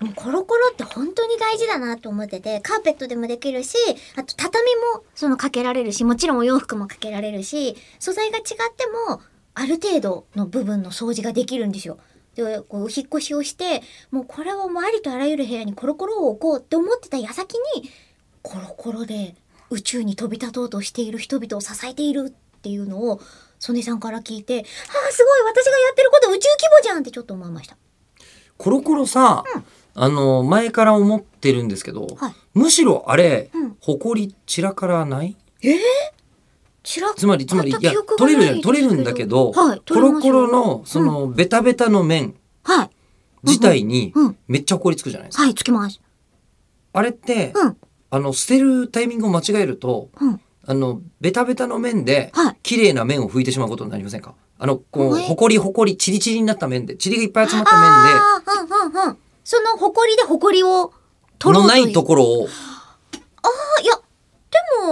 もうコロコロって本当に大事だなと思ってて、カーペットでもできるし、あと畳もそのかけられるし、もちろんお洋服もかけられるし、素材が違っても、ある程度の部分の掃除ができるんですよ。で、こう、お引っ越しをして、もうこれはもうありとあらゆる部屋にコロコロを置こうって思ってた矢先に、コロコロで宇宙に飛び立とうとしている人々を支えているっていうのを、曽根さんから聞いて、ああ、すごい私がやってること宇宙規模じゃんってちょっと思いました。コロコロさ、あの前から思ってるんですけど、はいむしろあれ、うん埃散らからないちらっつまりつまりい全くや記憶が取れるじゃなんい取れるんだけど、はいコ取れロますコよロのその、ベタベタの面はい。自体にうんうんめっちゃ埃つくじゃないですか、はい、つきます。あれって、うん。あの捨てるタイミングを間違えるとうん。あのベタベタの面ではい綺麗な面を拭いてしまうことになりませんかあのこうえほこりほこりチリチリになった面でチリがいっぱい集まった面でああ、うんうんうん。その埃で埃を取ろのうとないう。いところをあいや、で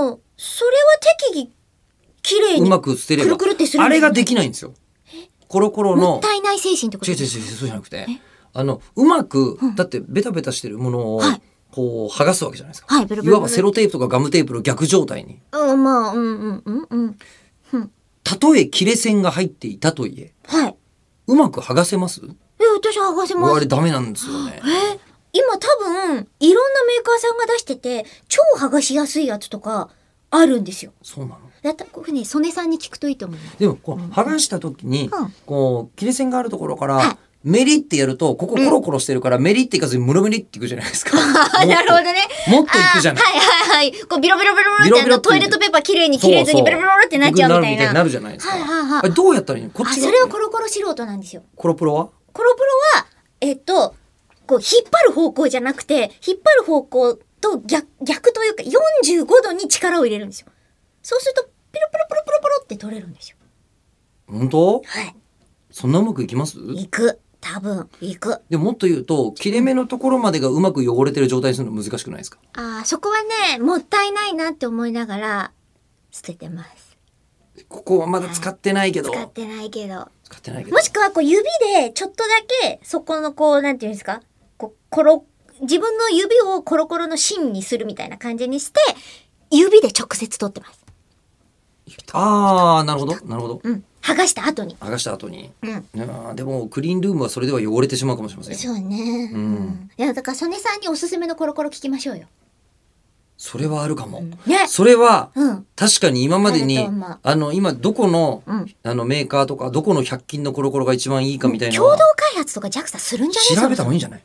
も、それは適宜、綺麗うに、まくく捨てれるばくるってするあれができきないんですよコロコロものったいない精神ってこと違う違う違うう。そうじゃなくてえあのうまく、うんだってベタベタしてるものをはいこう剥がすわけじゃないですか、はい、ブルブいル。わばセロテープとかガムテープの逆状態にうん、まあ、うんうんうんうん。たとえ切れ線が入っていたといえはい。うまく剥がせますえ、私剥がせ俺まあすれ。ダメなんですよねえ、今多分、いろんなメーカーさんが出してて、超剥がしやすいやつとか、あるんですよ。そうなのだったこれね、曽根さんに聞くといいと思います。でもこう剥がした時に、うんこう切れ線があるところかはいらメリってやるとここコロコロしてるからメリっていかずにムロメリっていくじゃないで すかあ、なるほどね。もっといくじゃないあーはいはいはい。こうビロビロビロビロってビロビロあのってトイレットペーパー綺麗に切れずにビロビロビロってなっちゃうみたいな。なるじゃないですか。はいはいはいあれどうやったらいいの？こあ、っちそがれはコロコロ素人なんですよ。コロプロは？コロプロは、えっと、こう引っ張る方向じゃなくて、引っ張る方向と逆、逆というか45度に力を入れるんですよ。そうすると、ピロピロピロピロピロって取れるんですよ。本当？はい。そんなうまくいきます？行く。多分、行く。でももっと言うと切れ目のところまでがうまく汚れてる状態にするの難しくないですか？あーそこはね、もったいないなって思いながら、捨ててます。ここはまだ使ってないけど使ってないけど。使ってないけどもしくはこう指でちょっとだけそこのこうなんていうんですかこうコロ自分の指をコロコロの芯にするみたいな感じにして指で直接取ってます。ああなるほどなるほどうん。剥がした後に。剥がした後に。うん。いやーでもクリーンルームはそれでは汚れてしまうかもしれませんよ。そうね。うんうん。いやだから曽根さんにおすすめのコロコロ聞きましょうよ。それはあるかも。ね。それはうん。確かに今まであにると思うあの今どこのうん。あのメーカーとかどこの100均のコロコロが一番いいかみたいなの共は同開発とか JAXA するんじゃない調べた方がいいじんじゃない？